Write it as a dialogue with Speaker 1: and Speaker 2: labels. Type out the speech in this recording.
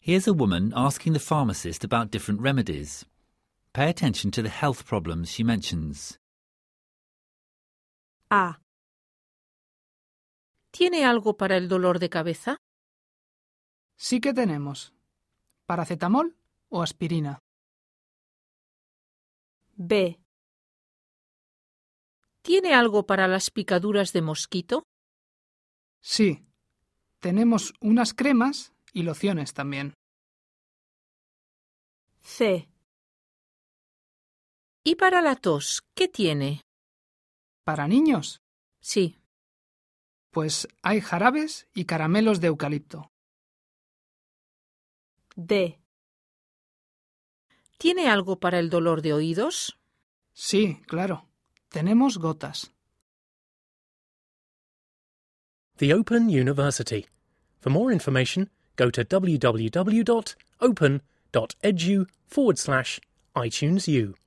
Speaker 1: Here's a woman asking the pharmacist about different remedies. Pay attention to the health problems she mentions.
Speaker 2: A.
Speaker 3: ¿Tiene algo para el dolor de cabeza?
Speaker 4: Sí que tenemos. ¿Paracetamol o aspirina?
Speaker 2: B.
Speaker 3: ¿Tiene algo para las picaduras de mosquito?
Speaker 4: Sí. Tenemos unas cremas y lociones también.
Speaker 2: C.
Speaker 3: ¿Y para la tos? ¿Qué tiene?
Speaker 4: ¿Para niños?
Speaker 3: Sí.
Speaker 4: Pues hay jarabes y caramelos de eucalipto.
Speaker 2: D.
Speaker 3: ¿Tiene algo para el dolor de oídos?
Speaker 4: Sí, claro. Tenemos gotas.
Speaker 5: The Open University. For more information, go to www.open.edu forward slash iTunes